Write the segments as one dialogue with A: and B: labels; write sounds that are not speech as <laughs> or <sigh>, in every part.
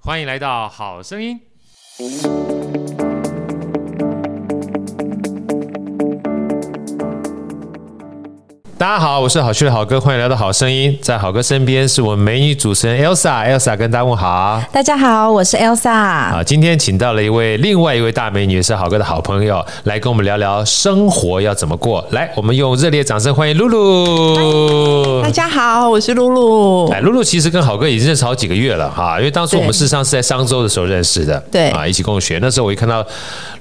A: 欢迎来到《好声音》。大家好，我是好趣的好哥，欢迎来到《好声音》。在好哥身边是我们美女主持人 Elsa，Elsa 跟大家问好啊！
B: 大家好，我是 Elsa。
A: 今天请到了一位另外一位大美女，也是好哥的好朋友，来跟我们聊聊生活要怎么过。来，我们用热烈掌声欢迎露露。
B: 大家好，我是露露
A: 哎，。露露其实跟好哥已经认识好几个月了哈，因为当初我们
B: 哦对
A: 事实上是在商周的时候认识的，
B: 对
A: 啊，一起共学。那时候我一看到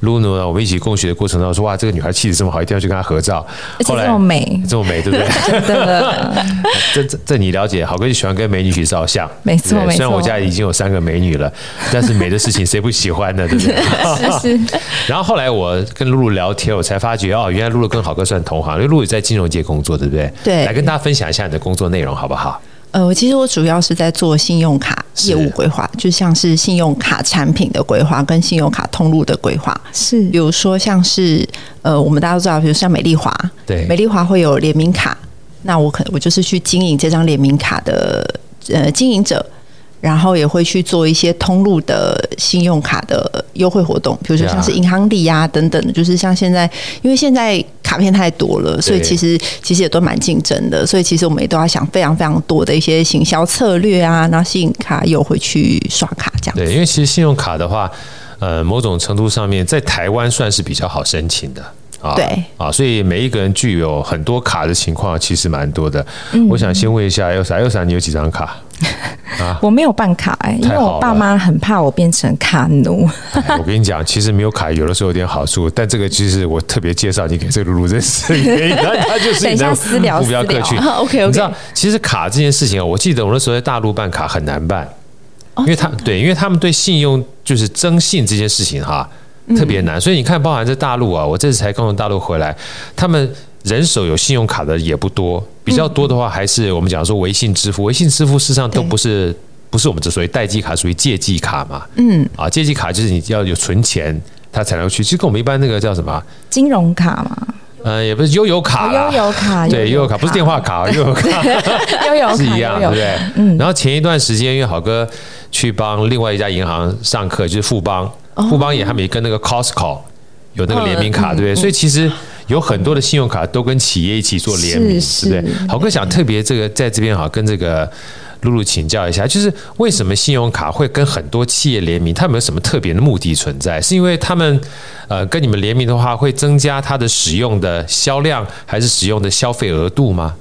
A: 露露呢，我们一起共学的过程当中，说哇，这个女孩气质这么好，一定要去跟她合照。
B: 而且这么美
A: 这么美，对不
B: <laughs>
A: 对？
B: 真
A: <laughs>
B: 的，
A: 这这这你了解，好哥就喜欢跟美女一起照相，
B: 没错
A: 对不对
B: 没错
A: 虽然我家已经有三个美女了，但是美的事情谁不喜欢呢？对不对？
B: <laughs> 是是，
A: <laughs> 然后后来我跟露露聊天，我才发觉哦，原来露露跟好哥算同行，因为露露也在金融界工作，对不对？
B: 对
A: 来跟大家分享一下你的工作内容好不好？
B: 呃，我其实我主要是在做信用卡业务规划，就像是信用卡产品的规划跟信用卡通路的规划。
C: 是
B: 比如说像是呃，我们大家都知道，比如像美丽华，
A: 对
B: 美丽华会有联名卡，那我可我就是去经营这张联名卡的呃经营者。然后也会去做一些通路的信用卡的优惠活动，比如说像是
A: Yeah
B: 银行礼呀、等等的，就是像现在，因为现在卡片太多了，所以其实其实也都蛮竞争的，所以其实我们也都要想非常非常多的一些行销策略啊，然后吸引卡友回去刷卡这样子。
A: 对，因为其实信用卡的话，呃，某种程度上面在台湾算是比较好申请的。啊
B: 对
A: 啊，所以每一个人具有很多卡的情况其实蛮多的。
C: 嗯
A: 我想先问一下 Elsa，Elsa 你有几张卡？
C: 我没有办卡哎、因
A: 啊太好了
C: 为我爸妈很怕我变成卡
A: <laughs>
C: 奴。
A: 哎我跟你讲，其实没有卡有的时候有点好处，但这个其实我特别介绍你给这个露露 <laughs> 认识的原因，那他就是你的
C: 等一下私
A: <laughs>
C: 聊
A: 目标客群
C: <laughs> 私。
B: OK
A: 你知
B: OK，
A: 道，其实卡这件事情啊，我记得我那时候在大陆办卡很难办，因为他对，因为他们对信用就是征信这件事情哈、特别难，所以你看，包含在大陆啊，我这次才刚从大陆回来，他们人手有信用卡的也不多，比较多的话还是我们讲说微信支付，微信支付事实上都
B: 对
A: 不是。不是我们这所谓代记卡，属于借记卡嘛？
B: 嗯，
A: 啊，借记卡就是你要有存钱，它才能去。其实跟我们一般那个叫什么啊，
C: 金融卡嘛，
A: 呃，也不是悠游卡啦
C: 哦悠游卡
A: 对，悠
C: 悠
A: 游
C: 游
A: 卡
C: 卡
A: 不是电话卡，悠游卡。
C: <laughs> 悠游卡
A: 是一样，对
C: 悠游
A: 不
C: 卡
A: 对？
C: 嗯
A: 然后前一段时间，因为好哥去帮另外一家银行上课，就是富邦，
C: 哦
A: 富邦也他们也跟那个 Costco 有那个联名
C: 嗯
A: 卡，对不对？所以其实有很多的信用卡都跟企业一起做联名，
C: 是
A: 对不对？好哥想特别这个在这边哈，跟这个。露露请教一下，就是为什么信用卡会跟很多企业联名？他们有什么特别的目的存在？是因为他们呃跟你们联名的话，会增加它的使用的销量，还是使用的消费额度吗？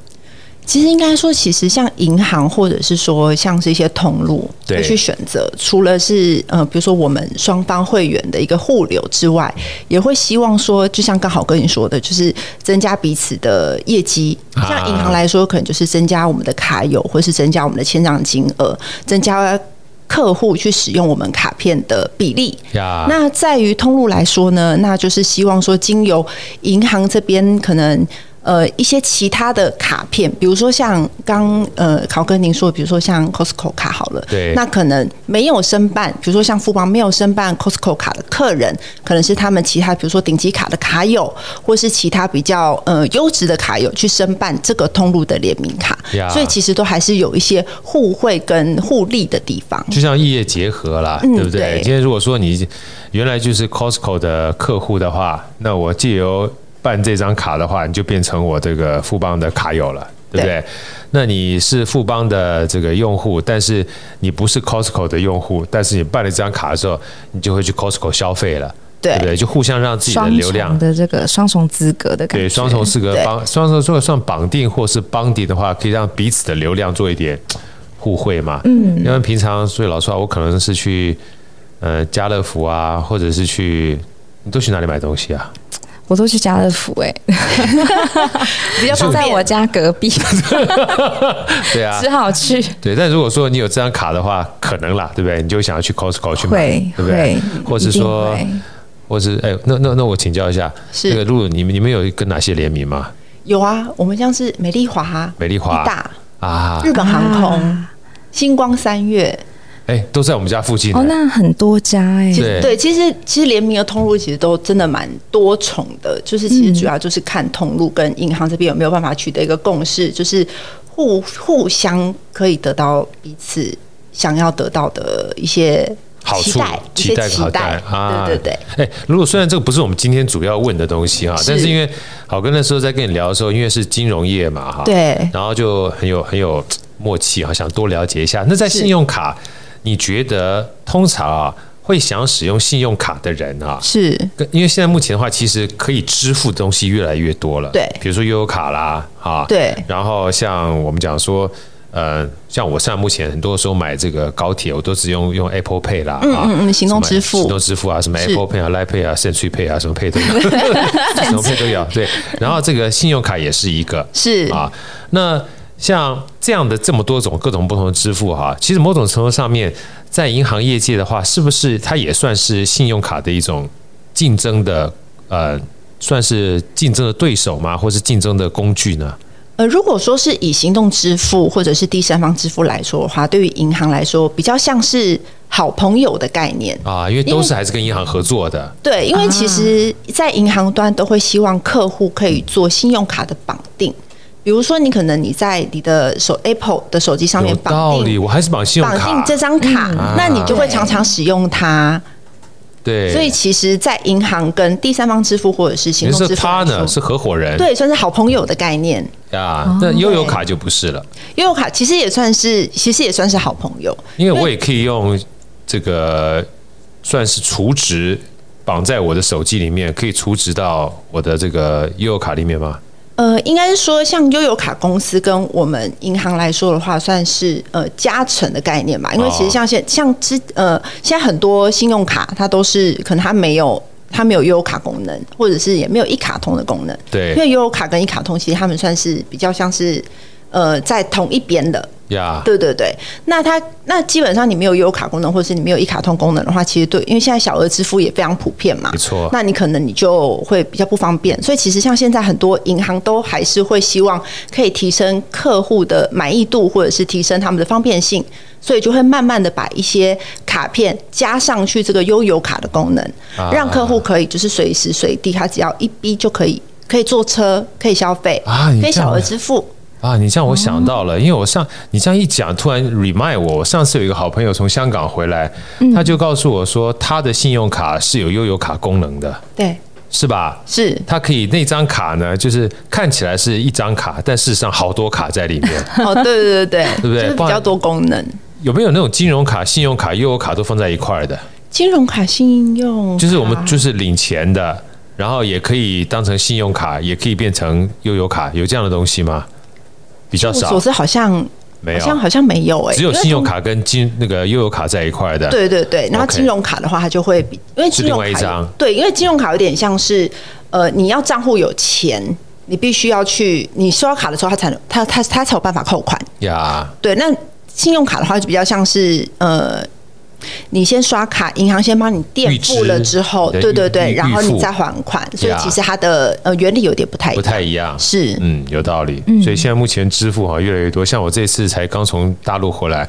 B: 其实应该说，其实像银行或者是说像是一些通路
A: 对
B: 会去选择，除了是呃，比如说我们双方会员的一个互流之外，也会希望说，就像刚好跟你说的，就是增加彼此的业绩。
A: 啊
B: 像银行来说，可能就是增加我们的卡友，或是增加我们的签账金额，增加。客户去使用我们卡片的比例，
A: 呀，
B: 那在于通路来说呢，那就是希望说，经由银行这边可能。呃，一些其他的卡片，比如说像刚呃，考哥您说，比如说像 Costco 卡好了，
A: 对
B: 那可能没有申办，比如说像富邦没有申办 Costco 卡的客人，可能是他们其他比如说顶级卡的卡友，或是其他比较呃优质的卡友去申办这个通路的联名卡
A: Yeah
B: 所以其实都还是有一些互惠跟互利的地方。
A: 就像异业结合啦，
B: 嗯
A: 对不对？
B: 对
A: 今天如果说你原来就是 Costco 的客户的话，那我借由办这张卡的话，你就变成我这个富邦的卡友了。对不对？那你是富邦的这个用户，但是你不是 Costco 的用户，但是你办了这张卡的时候，你就会去 Costco 消费了，
B: 对
A: 不对？就互相让自己的
C: 双
A: 流量
C: 重的这个双重资格的感觉，
A: 对，双重四格
B: 对
A: 绑，双重如果算绑定或是绑定的话，可以让彼此的流量做一点互惠嘛。嗯，因为平常所以老实话，我可能是去呃家乐福啊，或者是去，你都去哪里买东西啊？
C: 我都去家乐福哎、
A: <laughs>
B: 比较
C: 就
B: 方
C: 在
B: 便。
C: 我家隔壁，
A: 对
C: <laughs>
A: 啊
C: 只，好去。
A: 对。但如果说你有这张卡的话，可能啦，对不对？你就想要去 Costco 去买，
C: 会
A: 对不对？或是
C: 一定
A: 说
C: 会
A: 或是哎，那那那我请教一下，
B: 是
A: 那个露露，你们你们有跟哪些联名吗？
B: 有啊，我们像是美丽华、
A: 美丽华
B: 义大、
A: 啊，
B: 日本航空、星光三月，
A: 哎，都在我们家附近
C: 哦，
A: 的，
C: 那很多家哎、
B: 其
A: 对
B: 实对，其实其实联名的通路其实都真的蛮多重的，就是其实主要就是看通路跟银行这边有没有办法取得一个共识，就是互互相可以得到彼此想要得到的一些
A: 好
B: 期
A: 处
B: 待、一
A: 期
B: 些
A: 待
B: 期
A: 好
B: 待，
A: 啊，
B: 对对对。
A: 哎，如果虽然这个不是我们今天主要问的东西哈，啊
B: 是
A: 但是因为好跟那时候在跟你聊的时候，因为是金融业嘛哈，，
B: 对。
A: 然后就很有很有默契哈，想多了解一下。那在
B: 是
A: 信用卡，你觉得通常啊会想使用信用卡的人啊，
B: 是
A: 跟因为现在目前的话，其实可以支付的东西越来越多了，
B: 对
A: 比如说悠游卡啦，啊，
B: 对
A: 然后像我们讲说，呃，像我现在目前很多时候买这个高铁，我都是用用 Apple Pay 啦，
B: 嗯
A: 啊，
B: 嗯嗯行动
A: 什么
B: 支付
A: 行动支付啊，什么
B: 是
A: Apple Pay 啊、Line Pay 啊、Century Pay 啊，什么 Pay
B: <laughs>
A: 都有，什么 Pay 都有，对。然后这个信用卡也是一个，
B: 是
A: 啊，那像这样的这么多种各种不同的支付哈、其实某种程度上面，在银行业界的话，是不是它也算是信用卡的一种竞争的呃，算是竞争的对手吗？或是竞争的工具呢？
B: 呃，如果说是以行动支付或者是第三方支付来说的话，对于银行来说，比较像是好朋友的概念。
A: 啊，因为都是还是跟银行合作的，
B: 对，因为
A: 啊
B: 其实，在银行端都会希望客户可以做信用卡的绑定，比如说你可能你在你的手 Apple 的手机上
A: 有
B: 面
A: 道
B: 绑
A: 理。
B: 定
A: 我还是绑信用
B: 绑定
A: 卡，嗯
B: 这张卡，那你就会常常使用它。
A: 对，
B: 所以其实，在银行跟第三方支付或者是行
A: 你
B: 动
A: 是
B: 支付来
A: partner
B: 说
A: 是合伙人，
B: 对，算是好朋友的概念。哦
A: 啊，那悠游卡就不是了，
B: 悠游卡其实也算是，其实也算是好朋友。
A: 因为我也可以用这个算是储值绑在我的手机里面，可以储值到我的这个悠游卡里面吗？
B: 呃，应该是说，像悠游卡公司跟我们银行来说的话，算是呃加成的概念吧。因为其实像现像之呃，现在很多信用卡它都是可能它没有它没有悠游卡功能，或者是也没有一卡通的功能。因
A: 对
B: 为悠游卡跟一卡通其实他们算是比较像是呃在同一边的。
A: 呀，
B: 对对对，那它那基本上你没有优卡功能，或者是你没有一卡通功能的话，其实对，因为现在小额支付也非常普遍嘛，
A: 没错
B: 那你可能你就会比较不方便，所以其实像现在很多银行都还是会希望可以提升客户的满意度，或者是提升他们的方便性，所以就会慢慢的把一些卡片加上去这个悠游卡的功能，
A: 啊
B: 让客户可以就是随时随地，他只要一逼就可以。可以坐车，可以消费，
A: 啊你
B: 可以
A: 这样
B: 小哦额支付，
A: 啊，你这样我想到了，因为我上你这样一讲，突然 remind 我，我上次有一个好朋友从香港回来，
B: 嗯
A: 他就告诉我说，他的信用卡是有悠游卡功能的，
B: 对，
A: 是吧？
B: 是
A: 他可以那张卡呢，就是看起来是一张卡，但事实上好多卡在里面。
B: 哦，对对对对，
A: <laughs> 对不对
B: 就是
A: 不
B: 比
A: 然
B: 较多功能。
A: 有没有那种金融卡、信用卡、悠游卡都放在一块儿的？
B: 金融卡、信用卡啊
A: 就是我们就是领钱的，然后也可以当成信用卡，也可以变成悠游卡，有这样的东西吗？比较
B: 我
A: 少
B: 所，知好像
A: 没
B: 好像
A: 有，
B: 好像没有哎、
A: 只有
B: 因为
A: 信用卡跟金那个悠游卡在一块儿的。
B: 对对对，然后
A: OK
B: 金融卡的话，它就会比因为金
A: 是
B: 融
A: 另外一
B: 卡
A: 张
B: 对，因为金融卡有点像是呃，你要账户有钱，你必须要去你刷卡的时候，它才能它它它才有办法扣款。
A: 呀，
B: 对，那信用卡的话就比较像是呃。你先刷卡，银行先帮你垫
A: 预
B: 付
A: 支
B: 了之后，
A: 对
B: 对对
A: 预预
B: 对，然后
A: 预付
B: 你再还款，所以
A: 呀
B: 其实它的呃原理有点不太一
A: 不
B: 样。
A: 太一样。
B: 是，
A: 嗯，有道理。所以现在目前支付哈、越来越多，像我这次才刚从大陆回来，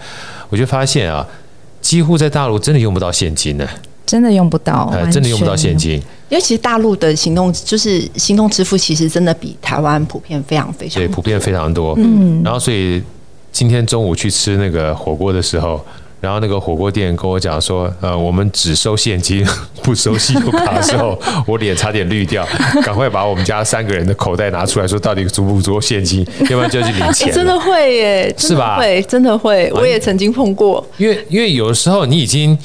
A: 我就发现啊，几乎在大陆真的用不到现金呢，
C: 真的用不到，
B: 哦
A: 呃，
C: 完
A: 真的用不到
C: 全
A: 现金。
B: 因为其实大陆的行动就是行动支付，其实真的比台湾普遍非常非常嗯
A: 对，普遍非常多。然后所以今天中午去吃那个火锅的时候，然后那个火锅店跟我讲说，呃，我们只收现金， <laughs> 不收信用卡的时
B: <laughs>
A: 候，我脸差点绿掉，赶快把我们家三个人的口袋拿出来说，到底足不足够现金，要不然就去领钱
B: <laughs> 哎
A: 了。
B: 真的会耶，
A: 是吧
B: 真的会，真的会，我也曾经碰过。
A: 因为因为有时候你已经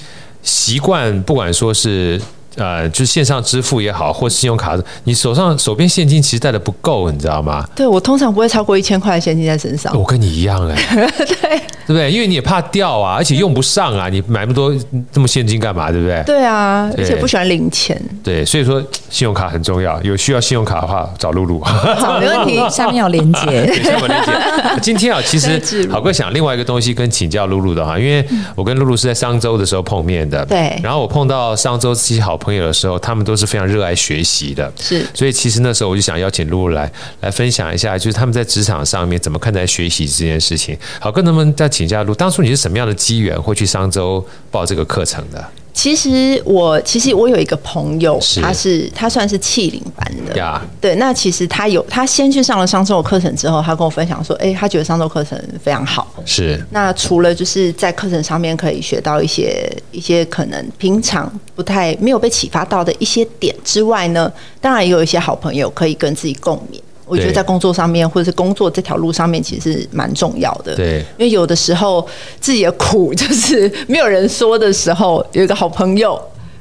A: 习惯，不管说是呃，就是线上支付也好，或信用卡，你手上手边现金其实带的不够，你知道吗？
B: 对我通常不会超过一千块的现金在身上。
A: 我跟你一样哎、
B: 哦 <laughs> 对
A: 对不对？因为你也怕掉啊，而且用不上啊，你买那么多这么现金干嘛？对不对？
B: 对啊，
A: 对
B: 而且不喜欢零钱。
A: 对，所以说信用卡很重要，有需要信用卡的话找露
B: <laughs>
A: 露。
C: 好，
A: <laughs>
C: 没问题。下面有连接，
A: 对，下面理解。今天啊，其实好哥想另外一个东西跟请教露露的哈，因为我跟露露是在商周的时候碰面的，
B: 嗯对
A: 然后我碰到商周这些好朋友的时候，他们都是非常热爱学习的，
B: 是
A: 所以其实那时候我就想邀请露露来来分享一下，就是他们在职场上面怎么看待学习这件事情。好哥，能不能再请教露，当初你是什么样的机缘会去商周报这个课程的
B: 其实我其实我有一个朋友，
A: 是
B: 他是他算是气龄班的。
A: 呀？
B: 对，那其实他有他先去上了商周的课程之后，他跟我分享说，哎、他觉得商周课程非常好。
A: 是
B: 那除了就是在课程上面可以学到一些一些可能平常不太没有被启发到的一些点之外呢，当然也有一些好朋友可以跟自己共勉。我觉得
A: 对
B: 在工作上面，或者是工作这条路上面，其实是蛮重要的。
A: 对
B: 因为有的时候自己的苦就是没有人说的时候，有一个好朋友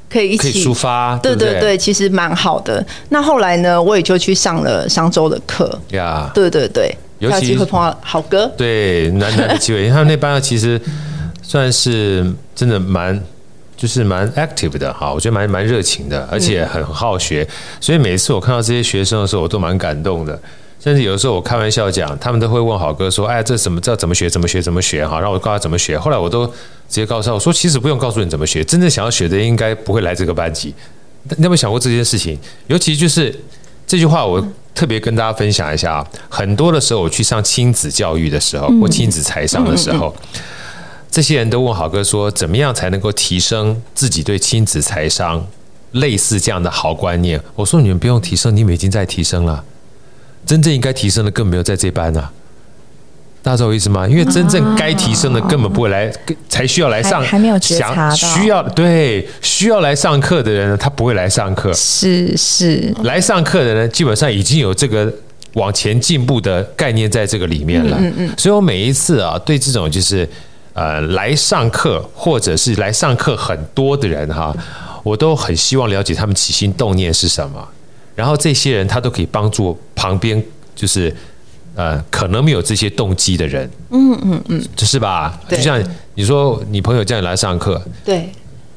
B: 可以一
A: 可以
B: 起
A: 抒发，
B: 对
A: 不对
B: 对对，其实蛮好的。那后来呢，我也就去上了商周的课。
A: 呀。
B: 对对对，
A: 尤其
B: 才有机会碰到好哥。
A: 对，难难的机会，因为他们那班其实算是真的蛮。就是蛮 active 的哈，我觉得蛮蛮热情的，而且很好学，所以每一次我看到这些学生的时候，我都蛮感动的。甚至有的时候我开玩笑讲，他们都会问好哥说：“哎，这怎么这怎么学？怎么学？怎么学？”哈，让我告诉他怎么学。后来我都直接告诉他，我说：“其实不用告诉你怎么学，真正想要学的应该不会来这个班级。”你有没有想过这件事情？尤其就是这句话，我特别跟大家分享一下啊。很多的时候，我去上亲子教育的时候，
C: 嗯
A: 或亲子财商的时候，这些人都问好哥说，怎么样才能够提升自己对亲子财商类似这样的好观念？我说你们不用提升，你们已经在提升了，真正应该提升的更没有在这班啊。大家知道我意思吗？因为真正该提升的根本不会来，才需要来上，
C: 还还没有觉察到
A: 想需要对需要来上课的人呢，他不会来上课。
C: 是是，
A: 来上课的人基本上已经有这个往前进步的概念在这个里面了。嗯嗯所以我每一次啊，对这种就是呃来上课或者是来上课很多的人哈、我都很希望了解他们起心动念是什么，然后这些人他都可以帮助旁边就是。呃，可能没有这些动机的人，嗯嗯嗯，是吧？就
B: 对
A: 像你说，你朋友叫你来上课，
B: 对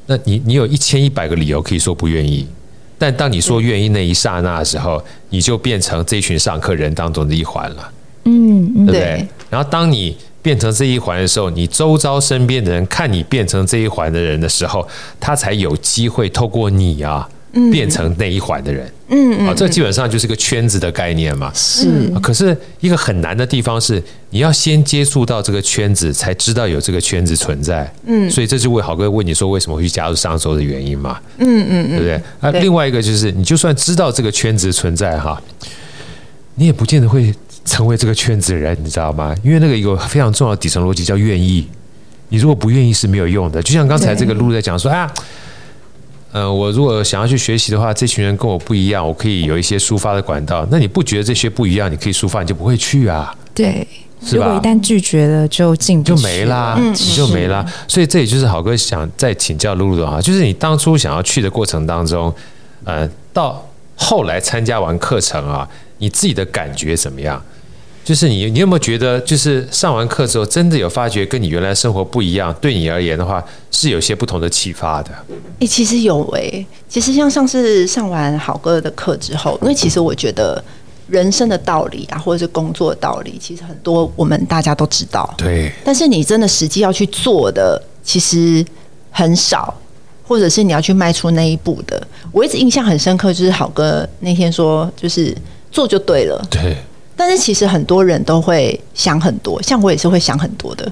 A: 那你你有一千一百个理由可以说不愿意，但当你说愿意那一刹那的时候，你就变成这群上课人当中的一环了，
C: 嗯
A: 对
C: 嗯
A: 不对？
B: 对
A: 然后当你变成这一环的时候，你周遭身边的人看你变成这一环的人的时候，他才有机会透过你啊，变成那一环的人。嗯嗯，啊，这基本上就是个圈子的概念嘛。
C: 是
A: 啊可是一个很难的地方是，你要先接触到这个圈子，才知道有这个圈子存在。嗯，所以这就为好哥问你说为什么会去加入上周的原因嘛？嗯嗯嗯，对不对？啊，
B: 对
A: 另外一个就是，你就算知道这个圈子存在哈，你也不见得会成为这个圈子的人，你知道吗？因为那个有非常重要的底层逻辑叫愿意。你如果不愿意是没有用的，就像刚才这个露露在讲说啊，呃，我如果想要去学习的话，这群人跟我不一样，我可以有一些抒发的管道。那你不觉得这些不一样，你可以抒发，你就不会去啊，
C: 对。
A: 是
C: 如果
A: 吧
C: 一？旦拒绝了，就进不
A: 就
C: 去
A: 没啦，
B: 嗯
C: 了
A: 你就没啦。所以这也就是好哥想再请教露露的哈，就是你当初想要去的过程当中，呃，到后来参加完课程啊，你自己的感觉怎么样？就是你，你有没有觉得，就是上完课之后，真的有发觉跟你原来生活不一样？对你而言的话，是有些不同的启发的。
B: 诶、其实有诶、其实像上次上完好哥的课之后，因为其实我觉得人生的道理啊，或者是工作的道理，其实很多我们大家都知道，
A: 对，
B: 但是你真的实际要去做的，其实很少，或者是你要去迈出那一步的。我一直印象很深刻，就是好哥那天说，就是做就对了。
A: 对
B: 但是其实很多人都会想很多，像我也是会想很多的。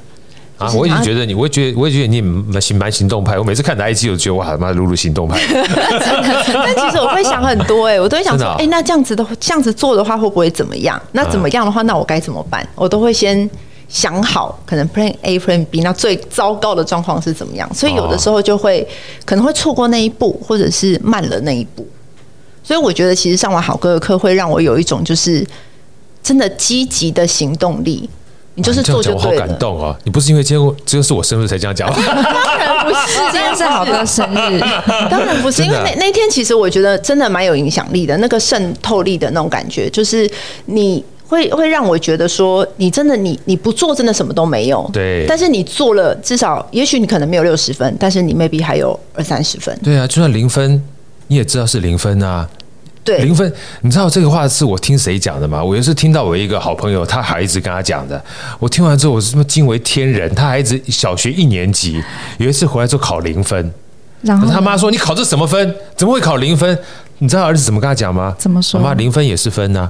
A: 啊，
B: 就是
A: 我已经
B: 他
A: 觉得你，我也觉得，我也觉得你蛮行蛮行动派。我每次看你的 IG，我就觉得哇，他妈露露行动派。
B: <laughs> 但其实我会想很多、欸，哎，我都会想
A: 真
B: 说，
A: 的
B: 哎、
A: 啊嗯
B: 那这样子的这样子做的话，会不会怎么样？那怎么样的话，那我该怎么办？我都会先想好，可能 Plan A、Plan B，那最糟糕的状况是怎么样？所以
A: 啊
B: 有的时候就会、可能会错过那一步，或者是慢了那一步。所以我觉得，其实上完好哥的课，会让我有一种就是真的积极的行动力。你就是
A: 啊你这样讲
B: 做就
A: 我好
B: 对
A: 感
B: 了。
A: 动哦！你不是因为今天这个是我生日才这样讲吗？
B: 不是
C: 今天是好哥生
A: <laughs>
C: 日，
B: 当然不是，
A: 真
B: 因
A: 的
B: 为
A: 啊
B: 那那天其实我觉得真的蛮有影响力的，那个渗透力的那种感觉，就是你会会让我觉得说，你真的你你不做真的什么都没有，
A: 对
B: 但是你做了，至少也许你可能没有六十分，但是你 maybe 还有二三十分，
A: 对啊，就算零分，你也知道是零分啊。
B: 对
A: 零分，你知道这个话是我听谁讲的吗？我也是听到我一个好朋友，他孩子跟他讲的。我听完之后，我是惊为天人。他孩子小学一年级，有一次回来之后考零分，
C: 然后
A: 他妈说：“你考这什么分？怎么会考零分？”你知道儿子怎么跟他讲吗？
C: 怎么说
A: 我妈零分也是分
C: <laughs>
A: 呐、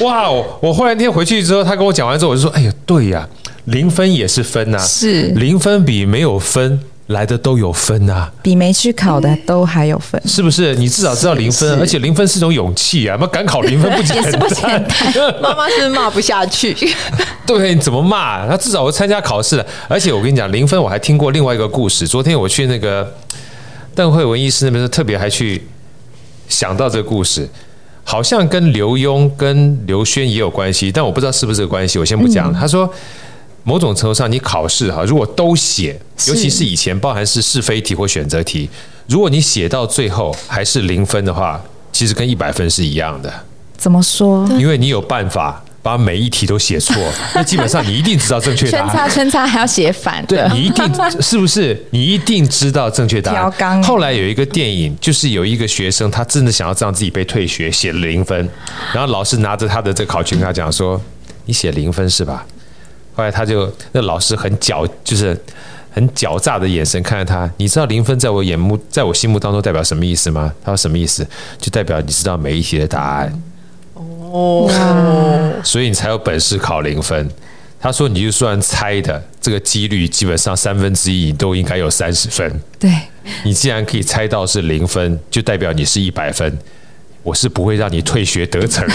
A: 哇！哦我我后来那天回去之后，他跟我讲完之后，我就说：“哎呀，对呀、零分也是分啊呐、
C: 是
A: 零分比没有分来的都有分呐、
C: 比没去考的都还有分，
A: 是不是？你至少知道零分，
C: 是
A: 而且零分是种勇气啊！那敢考零分
C: <laughs>
A: 不简
C: 也是
A: 单，
C: 不简单
B: 妈妈是骂不下
A: <laughs>
B: 去，
A: 对，你怎么骂？那至少我参加考试了。而且我跟你讲，零分我还听过另外一个故事。昨天我去那个邓慧文医师那边，特别还去想到这个故事，好像跟刘墉跟刘轩也有关系，但我不知道是不是这个关系，我先不讲。他说。某种程度上，你考试哈，如果都写，尤其是以前包含是是非题或选择题，如果你写到最后还是零分的话，其实跟一百分是一样的。
C: 怎么说？
A: 因为你有办法把每一题都写错，那基本上你一定知道正确答
C: 圈
A: 案
C: 叉。圈叉还要写反
A: 对
C: 的，
A: 你一定是不是？你一定知道正确答
C: 调
A: 案。
C: 纲
A: 后来有一个电影，就是有一个学生，他真的想要让自己被退学，写了零分，然后老师拿着他的这个考卷跟他讲说：“你写零分是吧？”后来他就那老师很狡，就是很狡诈的眼神看着他。你知道零分在我眼目，在我心目当中代表什么意思吗？他说什么意思？就代表你知道每一题的答案。所以你才有本事考零分。他说，你就算猜的这个几率，基本上三分之一你都应该有三十分。
C: 对，
A: 你既然可以猜到是零分，就代表你是一百分。我是不会让你退学得逞的。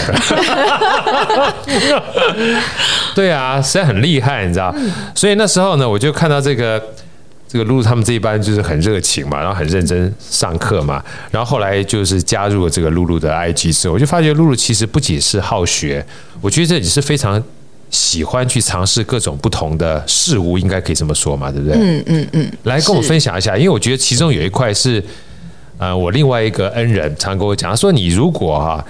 A: <laughs> 对啊，实在很厉害，你知道。所以那时候呢，我就看到这个这个露露他们这一班就是很热情嘛，然后很认真上课嘛，然后后来就是加入了这个露露的 IG 之后，我就发觉露露其实不仅是好学，我觉得这也是非常喜欢去尝试各种不同的事物，应该可以这么说嘛，对不对？嗯嗯嗯。来跟我分享一下，因为我觉得其中有一块是，呃，我另外一个恩人常跟我讲，他说你如果哈、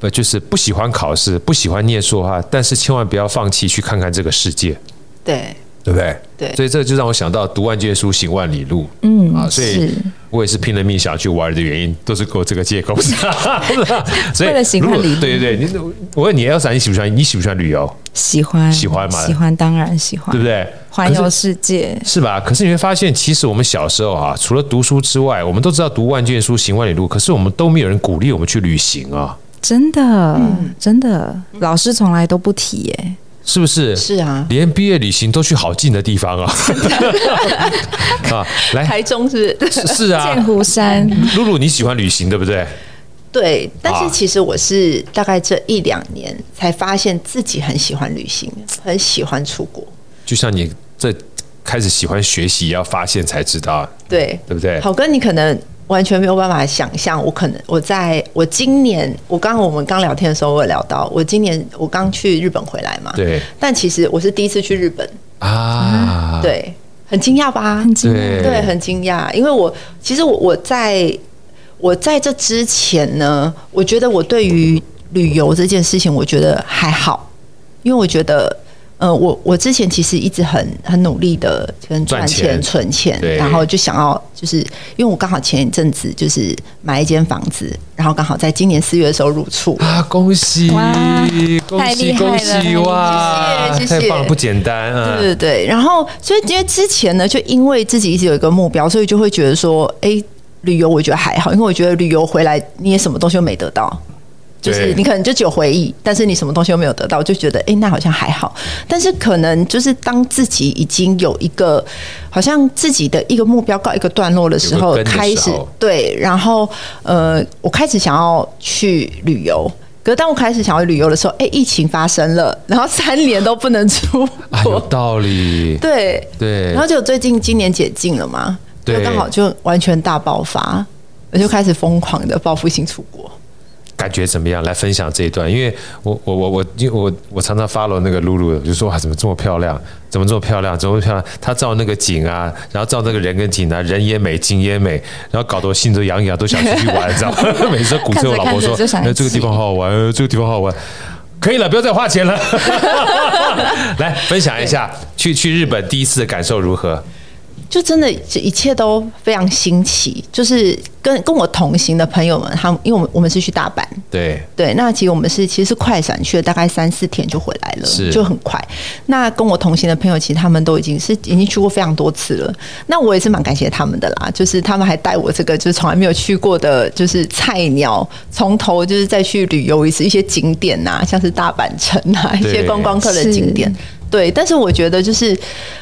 A: 呃，就是不喜欢考试，不喜欢念书哈，但是千万不要放弃去看看这个世界，
B: 对
A: 对不对？
B: 对
A: 所以这就让我想到“读万卷书，行万里路”。
C: 嗯
A: 啊，所以
C: 是
A: 我也是拼了命想去玩的原因，都是给我这个借 <laughs> 口。所以
C: 为了行
A: 如果
C: 万里路
A: 对对对，你我问你，Elsa，你喜不喜欢？你喜不喜欢旅游？
C: 喜欢
A: 喜欢嘛
C: 喜欢当然喜欢，
A: 对不？对？
C: 环
A: 可
C: 游
A: 是
C: 世界，
A: 是吧？可是你会发现，其实我们小时候啊，除了读书之外，我们都知道读万卷书，行万里路，可是我们都没有人鼓励我们去旅行啊，
C: 真的真的，老师从来都不提耶，
A: 是不是？
B: 是啊，
A: 连毕业旅行都去好近的地方啊！ <laughs> 啊，来，
B: 台中是不是
A: 是是啊
C: 剑，湖山
A: 露露，你喜欢旅行对不对？
B: 对，但
A: 啊
B: 是其实我是大概这一两年才发现自己很喜欢旅行，很喜欢出国，
A: 就像你这开始喜欢学习，要发现才知道，
B: 对
A: 对不对？
B: 好哥，你可能完全没有办法想象，我可能我在我今年，我刚我们刚聊天的时候，我有聊到，我今年我刚去日本回来嘛，。
A: 对
B: 但其实我是第一次去日本，
A: 啊，
B: 嗯对，很惊讶吧？
C: 很近，
A: 对
B: 对，很惊讶，因为我其实我我在我在这之前呢，我觉得我对于旅游这件事情，我觉得还好，因为我觉得。呃，我我之前其实一直很很努力的，跟赚
A: 赚钱
B: 钱、存钱
A: 对，
B: 然后就想要就是，因为我刚好前一阵子就是买一间房子，然后刚好在今年四月的时候入
A: <gasps>
B: 住，
A: 啊，恭喜
C: 哇，
A: 恭
C: 太
A: 喜，
C: 厉害
A: 恭喜
C: 了
A: 哇！
B: 谢谢谢
A: 太
B: 谢
A: 棒了，不简单啊！
B: 对对对，然后所以因为之前呢，就因为自己一直有一个目标，所以就会觉得说，哎，旅游我觉得还好，因为我觉得旅游回来你也什么东西都没得到。就是
A: 对
B: 你可能就只有回忆，但是你什么东西都没有得到，就觉得哎、诶那好像还好。但是可能就是当自己已经有一个好像自己的一个目标告一个段落的时
A: 有
B: 候，
A: 个根的
B: 开
A: 时
B: 始
A: 候
B: 对，然后呃，我开始想要去旅游。可是当我开始想要旅游的时候，哎、疫情发生了，然后三年都不能出
A: <laughs> 啊，
B: 国，
A: 有道理，
B: 对，
A: 对
B: 然后就最近今年解禁了嘛，
A: 对
B: 就刚好就完全大爆发，我就开始疯狂的报复性出国。
A: 感觉怎么样？来分享这一段，因为我我我我因为我我常常 follow 那个露露，就说哇，怎么这么漂亮？怎么这么漂亮？怎么漂亮？她照那个景啊，然后照那个人跟景啊，人也美，景也美，然后搞得我心都痒痒，都想出去
C: <laughs>
A: 玩，知道吗？每次鼓吹我老婆说
C: 看着看着就，想
A: 哎，这个地方好好玩，呃这个地方好好玩。可以了，不要再花
C: <laughs>
A: 钱了。来分享一下，去去日本第一次的感受如何？
B: 就真的这一切都非常新奇，就是跟跟我同行的朋友们，他们因为我们我们是去大阪，
A: 对，
B: 对，那其实我们是其实是快闪去了，大概三四天就回来
A: 是
B: 了，就很快。那跟我同行的朋友，其实他们都已经是已经去过非常多次了。那我也是蛮感谢他们的啦，就是他们还带我这个就是从来没有去过的，就是菜鸟，从头就是再去旅游一次一些景点呐、像是大阪城啊，一些
A: 对
B: 观光客的景点。对，但是我觉得就是，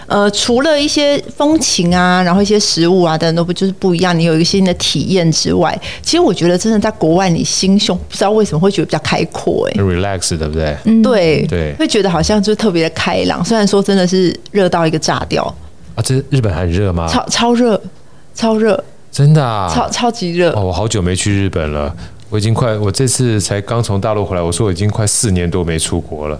B: 呃，除了一些风情啊，然后一些食物啊等等都不就是不一样，你有一个新的体验之外，其实我觉得真的在国外，你心胸不知道为什么会觉得比较开阔、欸，
A: relax 对不对？
B: 对
A: 嗯对
B: 会觉得好像就是特别的开朗。虽然说真的是热到一个炸掉，
A: 啊，这日本很热吗？
B: 超超热，超热，
A: 真的啊，
B: 超超级热，
A: 哦，我好久没去日本了，我已经快，我这次才刚从大陆回来，我说我已经快四年多没出国了，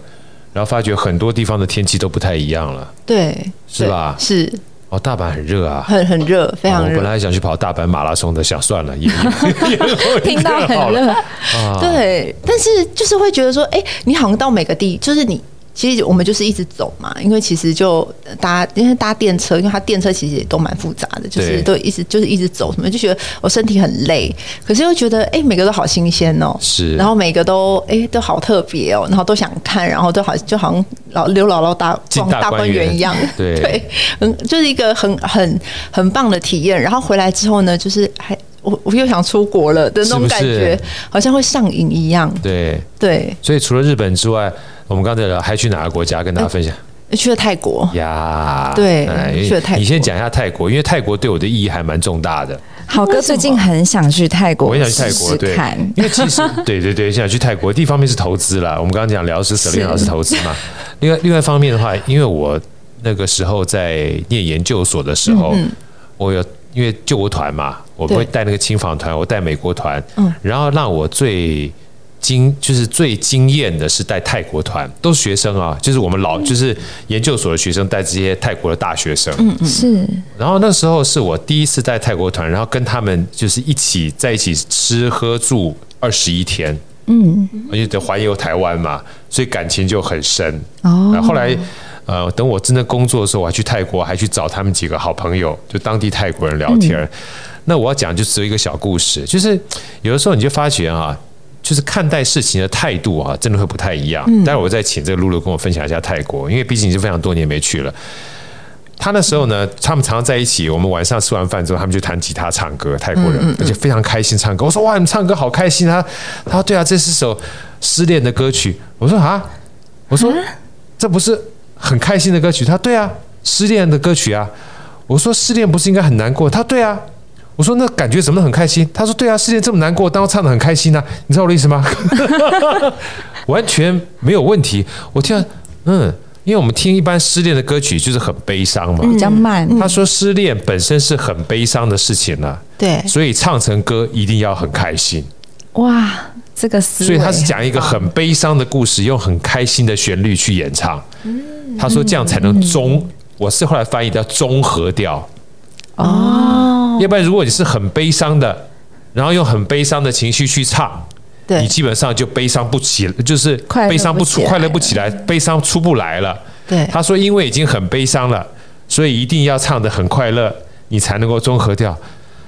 A: 然后发觉很多地方的天气都不太一样了，
B: 对，
A: 是吧
B: 对是
A: 哦，大阪很热啊。
B: 很很热，非
A: 哦
B: 常
A: 我
B: 热
A: 本。来想去跑大阪马拉松的，想算了，也 <laughs>
B: <laughs>
C: 听到很热，
A: 啊
B: 对，但是就是会觉得说，哎、你好像到每个地，就是你。其实我们就是一直走嘛，因为其实就搭，因为搭电车，因为它电车其实也都蛮复杂的，就
A: 对
B: 是都一直就是一直走什么，就觉得我身体很累，可是又觉得哎、每个都好新鲜哦，
A: 是
B: 然后每个都哎、都好特别哦，然后都想看，然后都好就好像老刘姥姥大
A: 进
B: 逛
A: 大
B: 大
A: 观
B: 观
A: 园
B: 园一样，
A: 对
B: 对，很就是一个很很很棒的体验。然后回来之后呢，就是还我我又想出国了的那
A: 是不
B: 种
A: 是
B: 感觉，好像会上瘾一样。
A: 对，
B: 对，
A: 所以除了日本之外，我们刚才聊还去哪个国家跟大家分享
B: 去了泰国，
A: 呀？
B: 嗯对
A: 哎
B: 去了泰国
A: 你先讲一下泰国，因为泰国对我的意义还蛮重大的。
C: 好哥最近很想去泰国，
A: 我也想去泰国，
C: 试试
A: 对
C: 看，
A: 因为
C: <laughs>
A: 其实对对对，想去泰国，第一方面是投资啦，我们刚刚讲聊的是 s e l i n 老师投资嘛，另外另外一方面的话，因为我那个时候在念研究所的时候，
C: 嗯
A: 我有因为救国团嘛，我
B: 对
A: 会带那个青访团，我带美国团，
C: 嗯
A: 然后让我最。惊就是最惊艳的是带泰国团，都是学生啊，就是我们
C: 嗯
A: 老就是研究所的学生带这些泰国的大学生，
C: 嗯是
A: 然后那时候是我第一次带泰国团，然后跟他们就是一起在一起吃喝住二十一天，嗯，而且得环游台湾嘛，所以感情就很深。
C: 哦
A: 然后后来，呃，等我真的工作的时候，我还去泰国，还去找他们几个好朋友，就当地泰国人聊天。那我要讲就只有一个小故事，就是有的时候你就发觉啊，就是看待事情的态度啊，真的会不太一样。待会儿我再请这个露露跟我分享一下泰国，因为毕竟已经非常多年没去了。他那时候呢，他们常常在一起。我们晚上吃完饭之后，他们就弹吉他唱歌，泰国人，而且非常开心唱歌。我说哇，你们唱歌好开心啊！他说对啊，这是首失恋的歌曲。我说啊，我说这不是很开心的歌曲？他对啊，失恋的歌曲啊。我说失恋不是应该很难过？他对啊。我说那感觉怎么很开心？他说对啊，失恋这么难过，但我唱的很开心啊。你知道我的意思吗？ <laughs> 完全没有问题。我听到，嗯，因为我们听一般失恋的歌曲就是很悲伤嘛。
C: 比较慢，
A: 他说失恋本身是很悲伤的事情了、
B: 对
A: 所以唱成歌一定要很开心。
C: 哇，这个思维，
A: 所以他是讲一个很悲伤的故事，用很开心的旋律去演唱。他说这样才能中，我是后来翻译叫中和掉。哦，要不然如果你是很悲伤的，然后用很悲伤的情绪去唱，你
B: 对
A: 基本上就悲伤不起，就是
C: 快乐
A: 悲伤不出，
C: 不起来
A: 快乐不起来，悲伤出不来了。
B: 对
A: 他说因为已经很悲伤了，所以一定要唱的很快乐，你才能够综合掉。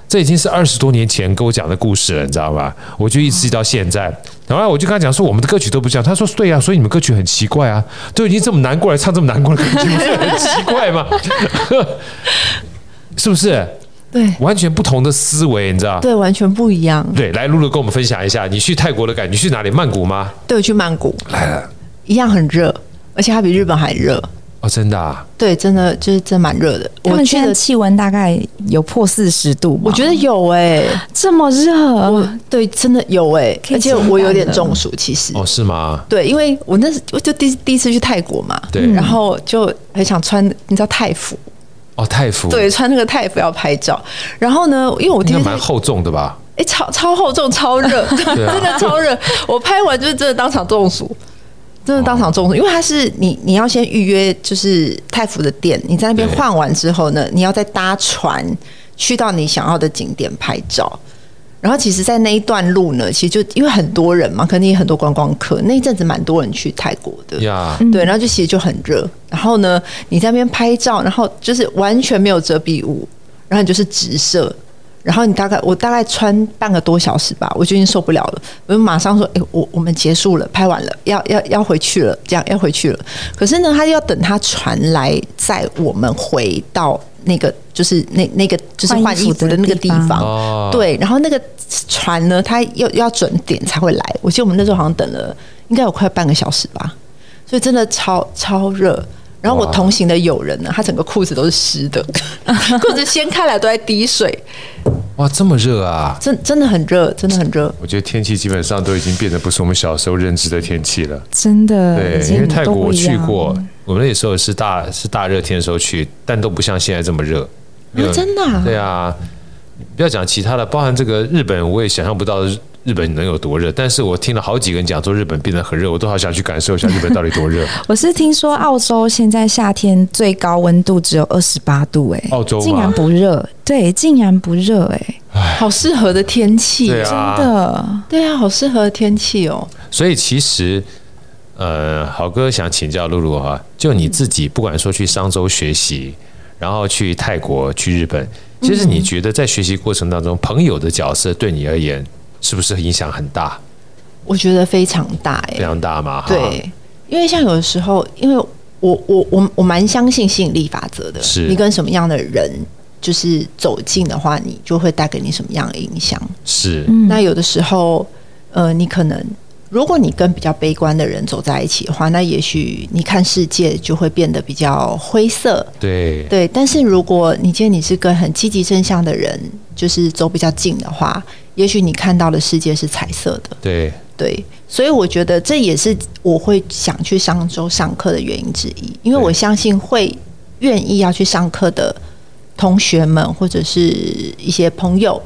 A: 这已经是二十多年前跟我讲的故事了，你知道吗？我就一直记到现在。然后我就跟他讲说，我们的歌曲都不这样。他说对啊，所以你们歌曲很奇怪啊，都已经这么难过来唱这么难过的歌曲，不是很奇怪吗？ <laughs> 是不是？
B: 对
A: 完全不同的思维，你知道？
B: 对，完全不一样。
A: 对，来露露跟我们分享一下，你去泰国的感觉，你去哪里？曼谷吗？
B: 对，我去曼谷来了，一样很热，而且它比日本还热。
A: 哦，真的、啊，
B: 对，真的就是真蛮热的。
C: 他
B: 我
C: 们
B: 去
C: 现在
B: 的，
C: 气温大概有破四十度吗，
B: 我觉得有哎、
C: 这么热，
B: 我对真的有哎、
C: 可以
B: 而且
C: 想象
B: 我有点
C: 的
B: 中暑，其实
A: 哦，是吗？
B: 对，因为我那时我就第第一次去泰国嘛，
A: 对
B: 然后就很想穿，你知道泰服，
A: 哦，泰服，
B: 对，穿那个泰服要拍照。然后呢，因为我
A: 应
B: 第
A: 该
B: 一次
A: 蛮厚重的吧？
B: 哎、超超厚重，
A: <laughs>
B: 超热，
A: 对啊
B: 真的超热。我拍完就是真的当场中暑，真的当场
A: 哦
B: 中暑，因为它是你你要先预约就是泰服的店，你在那边
A: 对
B: 换完之后呢，你要再搭船去到你想要的景点拍照。然后其实，在那一段路呢，其实就因为很多人嘛，肯定也很多观光客，那一阵子蛮多人去泰国的。
A: 呀，
B: 对，然后就其实就很热，然后呢，你在那边拍照，然后就是完全没有遮蔽物，然后你就是直射，然后你大概我大概穿半个多小时吧，我就已经受不了了，我就马上说，哎、我我们结束了，拍完了，要要要回去了，这样要回去了。可是呢，他要等他船来载我们回到那个就是那那个就是
C: 换衣
B: 换衣
C: 服
B: 服
C: 的
B: 的那个
C: 地
B: 地
C: 方
B: 方，
A: 哦，
B: 对，然后那个船呢，它要要准点才会来。我记得我们那时候好像等了应该有快半个小时吧，所以真的超超热。然后我
A: 哇
B: 同行的友人呢，他整个裤子都是湿 <laughs> 的，裤子掀开来都在滴水，
A: 哇，这么热啊！
B: 真真的很热，真的很热。
A: 我觉得天气基本上都已经变得不是我们小时候认知的天气了。
C: 真的，
A: 对
C: 已，经
A: 因为泰国
C: 都
A: 我
C: 不一
A: 去
C: 样
A: 过，我们那时候是大是大热天的时候去，但都不像现在这么热。没有
B: 啊真的
C: 嗯
B: 啊
A: 对啊，不要讲其他的，包含这个日本，我也想象不到日日本能有多热。但是我听了好几个人讲说日本变得很热，我都好想去感受一下日本到底多热。
C: <laughs> 我是听说澳洲现在夏天最高温度只有二十八度、哎，
A: 澳洲吗
C: 竟然不热，对，竟然不热、
B: 好适合的天气，
A: 对
C: 哎、
A: 啊
C: 真的，
B: 对啊，好适合的天气哦。
A: 所以其实，呃，豪哥想请教露露哈，就你自己，不管说去商周学习，然后去泰国、去日本，其实你觉得在学习过程当中，朋友的角色对你而言是不是影响很大，
B: 我觉得非常大哎、
A: 非常大嘛？哈，
B: 对，因为像有的时候，因为我我我我蛮相信吸引力法则的，
A: 是
B: 你跟什么样的人就是走近的话，你就会带给你什么样的影响。
A: 是，
C: 嗯
B: 那有的时候，呃，你可能如果你跟比较悲观的人走在一起的话，那也许你看世界就会变得比较灰色，
A: 对，
B: 对，但是如果你今天你是跟很积极正向的人，就是走比较近的话，也许你看到的世界是彩色的。
A: 对，
B: 对，所以我觉得这也是我会想去商周上课的原因之一，因为
A: 对
B: 我相信会愿意要去上课的同学们或者是一些朋友，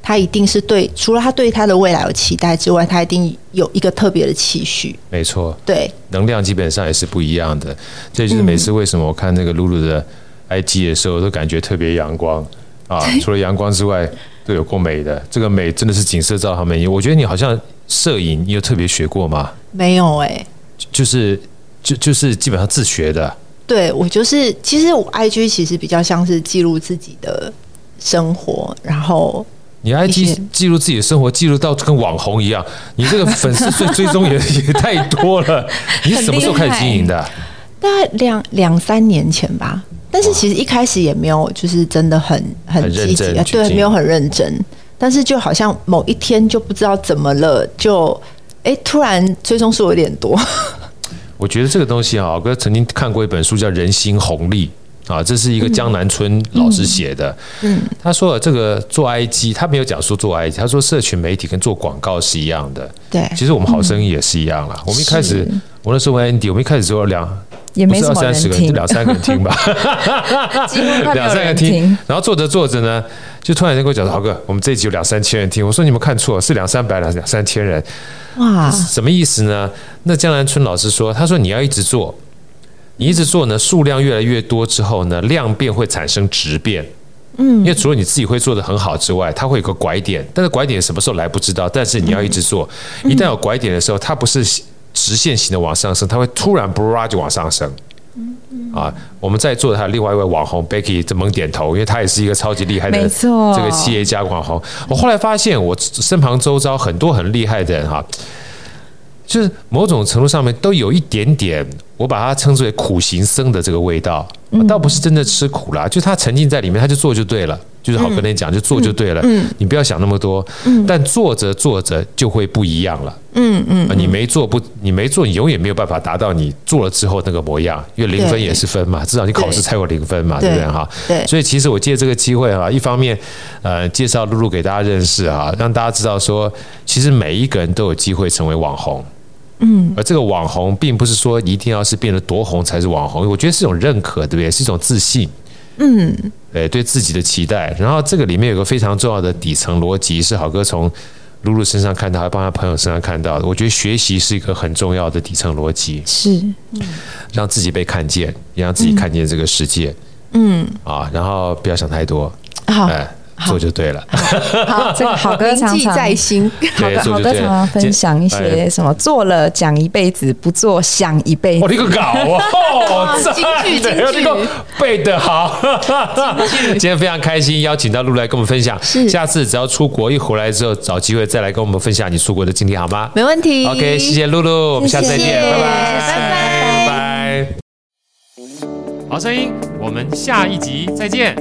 B: 他一定是对除了他对他的未来有期待之外，他一定有一个特别的期许。
A: 没错，
B: 对，
A: 能量基本上也是不一样的。这就是每次为什么我看那个露露的 IG 的时候，我都感觉特别阳光啊。除了阳光之外，都有够美的。这个美真的是景色照他们。我觉得你好像摄影，你有特别学过吗？
B: 没有欸诶、
A: 就就是就就是基本上自学的。
B: 对我就是，其实我 IG 其实比较像是记录自己的生活，然后
A: 你
B: 一些
A: IG 记录自己的生活，记录到跟网红一样。你这个粉丝 <laughs> 追追踪也也太多了。你什么时候开始经营的？
B: 大概两两三年前吧。但是其实一开始也没有，就是真的很很
A: 很认
B: 积极啊
A: 真，去
B: 对，
A: 经营
B: 没有很认真。但是就好像某一天就不知道怎么了，就哎、突然追踪数有点多，
A: 我觉得这个东西啊，我哥曾经看过一本书叫《人心红利》啊，这是一
C: 嗯
A: 个江南春老师写的。嗯，他说了这个做 IG，他没有讲说做 IG，他说社群媒体跟做广告是一样的。
B: 对
C: 哎
A: 其实我们好声音也是一样啦。
C: 嗯
A: 我们一开始，我那时候问 Andy，我们一开始只有两。
C: 也
A: 不
C: 没
A: 是
C: 什
A: 二
C: 么
A: 三
C: 人
A: 十个人，就
C: 听，
A: 两三个人听
C: <laughs>
A: 吧， <laughs>
C: 几乎快没
A: 两
C: 有
A: 三个人
C: 人
A: 听。然后做着做着呢，就突然间跟我讲说：“豪哥，我们这一集有两三千人听。”我说：“你们看错了，是两三百，两两三千人。”
C: 啊
B: 哇，
A: 什么意思呢？那江南春老师说，他说你要一直做，你一直做呢，数量越来越多之后呢，量变会产生质变。嗯，因为除了你自己会做的很好之外，它会有个拐点，但是拐点什么时候来不知道，但是你要一直做。
C: 嗯
A: 一旦有拐点的时候，它不是直线型的往上升，它会突然不啦就往上升。
C: 嗯
A: 啊，我们在座的还有另外一位网红 Becky，这猛点头，因为她也是一个超级厉害的，
C: 没错
A: 这个企业家网红。我后来发现，我身旁周遭很多很厉害的人哈、就是某种程度上面都有一点点，我把它称之为苦行僧的这个味道，
B: 嗯
A: 倒不是真的吃苦啦，就他沉浸在里面，他就做就对了，就是好跟你讲，就做就对了，
B: 嗯
A: 你不要想那么多，但做着做着就会不一样了，
B: 嗯嗯，
A: 啊你没做不，你没做，你永远没有办法达到你做了之后那个模样，因为零分
B: 对
A: 也是分嘛，至少你考试
B: 对
A: 才有零分嘛，
B: 对
A: 对不对哈？
B: 对
A: 所以其实我借这个机会啊，一方面呃介绍露露给大家认识啊，让大家知道说，其实每一个人都有机会成为网红。嗯，而这个网红并不是说一定要是变得多红才是网红，我觉得是一种认可，对不对？是一种自信。嗯，对，对自己的期待。然后这个里面有个非常重要的底层逻辑，是好哥从露露身上看到，还帮他朋友身上看到的。我觉得学习是一个很重要的底层逻辑，
C: <laughs> 是
A: 让自己被看见，也让自
B: 嗯
A: 己看见这个世界。嗯，啊，然后不要想太多，
B: 好，
A: 哎，做就对了。
B: 好，
C: 这个好歌
B: 铭
C: 常
B: 记
C: 常
B: 在
C: <laughs>
B: 心。
C: 好
A: 对
C: 的，
A: 做
C: 好
A: 就
C: 的，
A: 对
C: 常
A: 了
C: 常分享一
A: 哎
C: 些什么做了讲一辈子，不做想一辈子
A: <laughs> 我。的个搞
B: <laughs>
A: 哦，赞
B: 京剧
A: 的
B: 京
A: 这
B: 剧
A: 个背得好。今天非常开心，邀请到陆来跟我们分享。下次只要出国一回来之后，找机会再来跟我们分享你出国的经历，好吗
B: 没问题。
A: ？OK，谢谢露露，我们下次再见，
B: 谢谢
A: 拜
B: 谢谢
A: 拜，
B: 拜
A: 拜拜。好声音，我们下一集再见。